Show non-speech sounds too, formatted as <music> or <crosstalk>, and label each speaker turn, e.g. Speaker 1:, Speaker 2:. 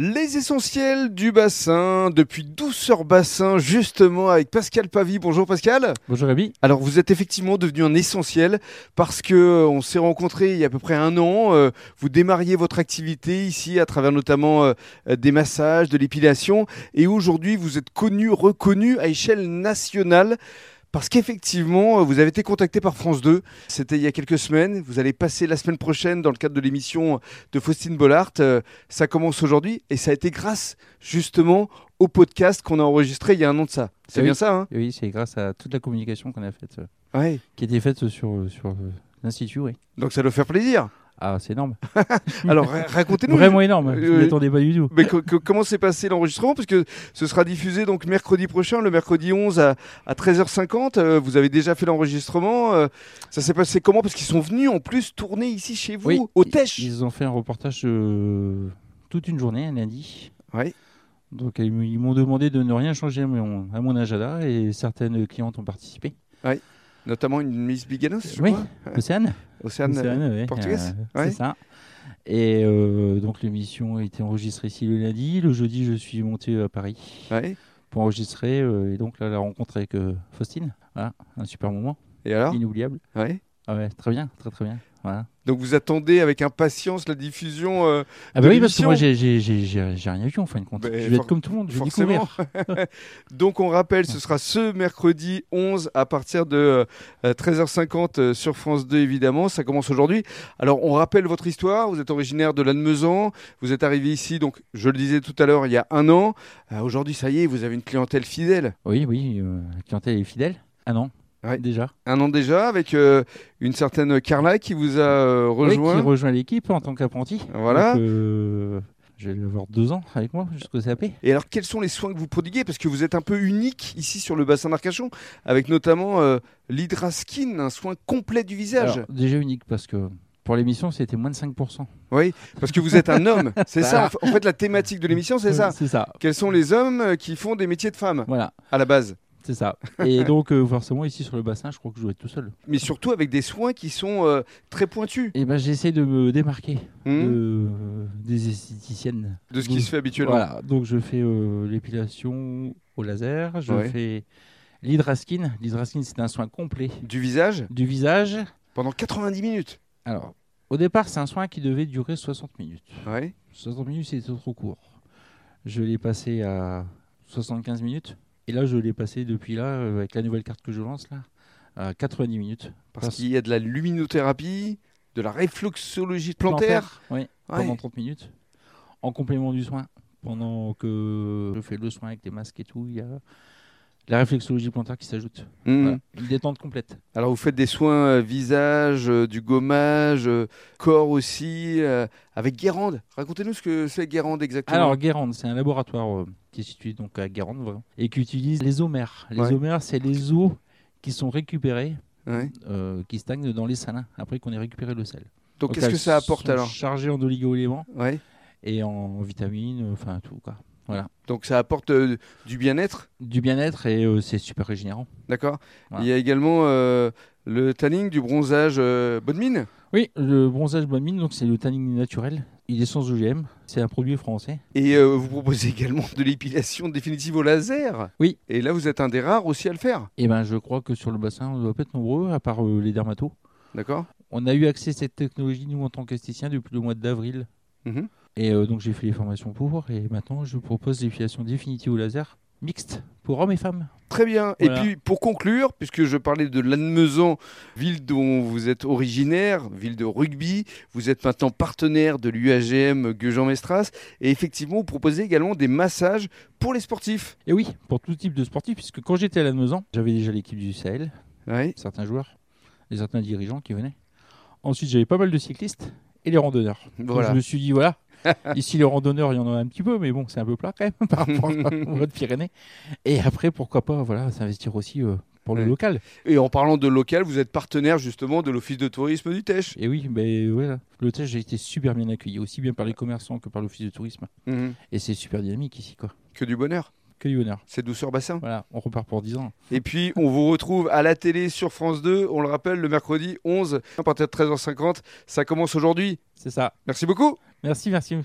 Speaker 1: Les essentiels du bassin, depuis Douceur Bassin, justement, avec Pascal Pavy. Bonjour Pascal.
Speaker 2: Bonjour Rémi.
Speaker 1: Alors, vous êtes effectivement devenu un essentiel parce que euh, on s'est rencontrés il y a à peu près un an. euh, vous démarriez votre activité ici à travers notamment euh, euh, des massages, de l'épilation. Et aujourd'hui, vous êtes connu, reconnu à échelle nationale. Parce qu'effectivement, euh, vous avez été contacté par France 2, c'était il y a quelques semaines. Vous allez passer la semaine prochaine dans le cadre de l'émission de Faustine Bollard. Euh, Ça commence aujourd'hui et ça a été grâce justement au podcast qu'on a enregistré il y a un an de ça. C'est
Speaker 2: Oui.
Speaker 1: bien ça, hein
Speaker 2: Et oui, c'est grâce à toute la communication qu'on a faite, euh,
Speaker 1: Ouais.
Speaker 2: qui a été faite sur, euh, sur euh, l'Institut, oui.
Speaker 1: Donc ça doit faire plaisir.
Speaker 2: Ah,
Speaker 1: <laughs>
Speaker 2: c'est énorme.
Speaker 1: Alors ra- racontez-nous.
Speaker 2: Mm. Vraiment énorme. hein. Je
Speaker 1: euh,
Speaker 2: ne m'attendais pas du tout.
Speaker 1: Mais co- co- comment s'est passé l'enregistrement Parce que ce sera diffusé donc mercredi prochain, le mercredi 11 à, à 13h50. Euh, vous avez déjà fait l'enregistrement. Euh, ça s'est passé comment Parce qu'ils sont venus en plus tourner ici chez vous, au
Speaker 2: i-
Speaker 1: Tèche.
Speaker 2: Ils ont fait un reportage euh, toute une journée, un lundi.
Speaker 1: Ouais.
Speaker 2: Donc euh, ils m- ils m'ont demandé de ne rien changer à mon, à mon agenda et certaines clientes ont participé.
Speaker 1: Notamment une Miss Biganos, je
Speaker 2: oui,
Speaker 1: crois.
Speaker 2: Océane.
Speaker 1: Océane.
Speaker 2: Océane, E ouais,
Speaker 1: portugaise,
Speaker 2: euh,
Speaker 1: E ouais.
Speaker 2: C'est ça. Et euh, donc l'émission a été enregistrée ici le lundi. Le jeudi, je suis monté à Paris.
Speaker 1: Ouais.
Speaker 2: pour enregistrer. euh, et donc là, la rencontre avec euh, Faustine, voilà, un super moment,
Speaker 1: Et alors
Speaker 2: inoubliable.
Speaker 1: Ouais.
Speaker 2: Ah ouais, très bien, très très bien. Voilà.
Speaker 1: Donc vous attendez avec impatience la diffusion. euh,
Speaker 2: Ah
Speaker 1: De
Speaker 2: bah oui, parce que moi,
Speaker 1: l'émission
Speaker 2: j'ai j'ai- j'ai- j'ai- j'ai rien vu en fin de compte.
Speaker 1: Bah,
Speaker 2: je
Speaker 1: for-
Speaker 2: vais être comme tout le monde, je vais
Speaker 1: forcément.
Speaker 2: découvrir.
Speaker 1: <laughs> Donc on rappelle, ce sera ce mercredi 11 à partir de euh, 13h50 euh, sur France 2 évidemment, ça commence aujourd'hui. Alors on rappelle votre histoire, vous êtes originaire de Lannemezan, vous êtes arrivé ici donc je le disais tout à l'heure il y a un an, Euh, aujourd'hui ça y est vous avez une clientèle fidèle,
Speaker 2: Oui, oui, euh, la clientèle est fidèle. Ah non,
Speaker 1: Ouais.
Speaker 2: déjà.
Speaker 1: un an déjà avec euh, une certaine Carla qui vous a euh,
Speaker 2: Oui,
Speaker 1: rejoint.
Speaker 2: qui rejoint l'équipe en tant qu'apprenti.
Speaker 1: Voilà.
Speaker 2: Donc, euh, je vais lui avoir deux ans avec moi jusqu'au CAP.
Speaker 1: Et alors quels sont les soins que vous prodiguez Parce que vous êtes un peu unique ici sur le bassin d'Arcachon avec notamment euh, l'hydraskin, un soin complet du visage.
Speaker 2: Alors, déjà unique parce que pour l'émission, c'était moins de 5%.
Speaker 1: Oui, parce que vous êtes un
Speaker 2: <laughs>
Speaker 1: homme. C'est ça.
Speaker 2: Voilà.
Speaker 1: en fa- En fait, la thématique de l'émission, c'est
Speaker 2: Euh,
Speaker 1: ça.
Speaker 2: C'est ça.
Speaker 1: Quels sont les hommes euh, qui font des métiers de femmes
Speaker 2: Voilà,
Speaker 1: à la base
Speaker 2: c'est ça. Et donc, euh, forcément, ici sur le bassin, je crois que je vais être tout seul.
Speaker 1: Mais surtout avec des soins qui sont euh, très pointus
Speaker 2: Et ben, j'essaie de me démarquer.
Speaker 1: hmm, de...
Speaker 2: de- euh, des esthéticiennes.
Speaker 1: ce qui
Speaker 2: Donc,
Speaker 1: se fait habituellement.
Speaker 2: Voilà, donc je fais euh, l'épilation au laser, je
Speaker 1: Ouais.
Speaker 2: fais l'hydraskin. L'hydraskin, c'est un soin complet
Speaker 1: Du visage
Speaker 2: du visage.
Speaker 1: pendant 90 minutes.
Speaker 2: Alors, au départ, c'est un soin qui devait durer 60 minutes.
Speaker 1: Ouais.
Speaker 2: 60 minutes, c'était trop court. Je l'ai passé à 75 minutes. Et là, je l'ai passé depuis là, euh, avec la nouvelle carte que je lance, là, à 90 minutes.
Speaker 1: Parce
Speaker 2: Parce-
Speaker 1: qu'il y a de la luminothérapie, de la réflexologie plantaire.
Speaker 2: Oui.
Speaker 1: Ouais.
Speaker 2: pendant 30 minutes. En complément du soin, pendant que je fais le soin avec des masques et tout, il y a la réflexologie plantaire qui s'ajoute.
Speaker 1: Hmm.
Speaker 2: Voilà. Une détente complète.
Speaker 1: Alors vous faites des soins euh, visage, euh, du gommage, euh, corps aussi, euh, avec Guérande. Racontez-nous ce que c'est Guérande exactement.
Speaker 2: Alors, Guérande, c'est un laboratoire euh, qui est situé donc à Guérande voilà, et qui utilise les omères. Les
Speaker 1: Ouais.
Speaker 2: omères, c'est les os qui sont récupérés,
Speaker 1: Ouais.
Speaker 2: euh, qui stagnent dans les salins après qu'on ait récupéré le sel.
Speaker 1: Donc
Speaker 2: Donc,
Speaker 1: qu'est-ce
Speaker 2: elles
Speaker 1: que ça apporte
Speaker 2: sont
Speaker 1: alors
Speaker 2: Chargées en oligo-éléments
Speaker 1: Ouais.
Speaker 2: et en vitamines, euh, enfin tout quoi.
Speaker 1: Donc ça apporte euh, du bien-être,
Speaker 2: Du bien-être et euh, c'est super régénérant.
Speaker 1: d'accord
Speaker 2: Voilà.
Speaker 1: Il y a également euh, le tanning, du bronzage, euh, bonne mine
Speaker 2: Oui, le bronzage bonne mine, donc c'est le tanning naturel. Il est sans OGM. C'est un produit français.
Speaker 1: Et euh, vous proposez <laughs> également de l'épilation définitive au laser.
Speaker 2: Oui.
Speaker 1: Et là, vous êtes un des rares aussi à le faire,
Speaker 2: Et ben, je crois que sur le bassin, on doit pas être nombreux, à part euh, les dermatos.
Speaker 1: d'accord
Speaker 2: On a eu accès à cette technologie, nous, en tant qu'esthéticiens, depuis le mois d'avril.
Speaker 1: Mhm.
Speaker 2: Et euh, donc, j'ai fait les formations pour. Et maintenant, je propose l'épilation définitive au laser mixte pour hommes et femmes.
Speaker 1: Très bien. Et
Speaker 2: Voilà.
Speaker 1: puis, pour conclure, puisque je parlais de Lannemezan, ville dont vous êtes originaire, ville de rugby, vous êtes maintenant partenaire de l'UAGM Gueugent-Mestras, et effectivement, vous proposez également des massages pour les sportifs.
Speaker 2: Et oui, pour tout type de sportif, puisque quand j'étais à la Mezan, j'avais déjà l'équipe du Sahel,
Speaker 1: Oui.
Speaker 2: certains joueurs et certains dirigeants qui venaient. Ensuite, j'avais pas mal de cyclistes et les randonneurs. Donc,
Speaker 1: Voilà.
Speaker 2: je me suis
Speaker 1: <laughs>
Speaker 2: dit, voilà, ici les randonneurs, il y en a un petit peu, mais bon, c'est un peu plat quand même <laughs> par
Speaker 1: <laughs>
Speaker 2: rapport aux voies de Pyrénées. Et après, pourquoi pas voilà, s'investir aussi euh, pour le
Speaker 1: Ouais.
Speaker 2: local.
Speaker 1: Et en parlant de local, vous êtes partenaire justement de l'Office de tourisme du Teche.
Speaker 2: Et oui, ben, voilà. le test, j'ai été super bien accueilli, aussi bien par les commerçants que par l'office de tourisme.
Speaker 1: Mhm.
Speaker 2: Et c'est super dynamique ici, quoi.
Speaker 1: Que du bonheur,
Speaker 2: Que du bonheur.
Speaker 1: c'est douceur bassin.
Speaker 2: Voilà, on repart pour 10 ans.
Speaker 1: Et puis on vous retrouve à la télé sur France 2, on le rappelle, le mercredi 11 à partir de 13h50. Ça commence aujourd'hui.
Speaker 2: C'est ça.
Speaker 1: Merci beaucoup.
Speaker 2: Merci, merci.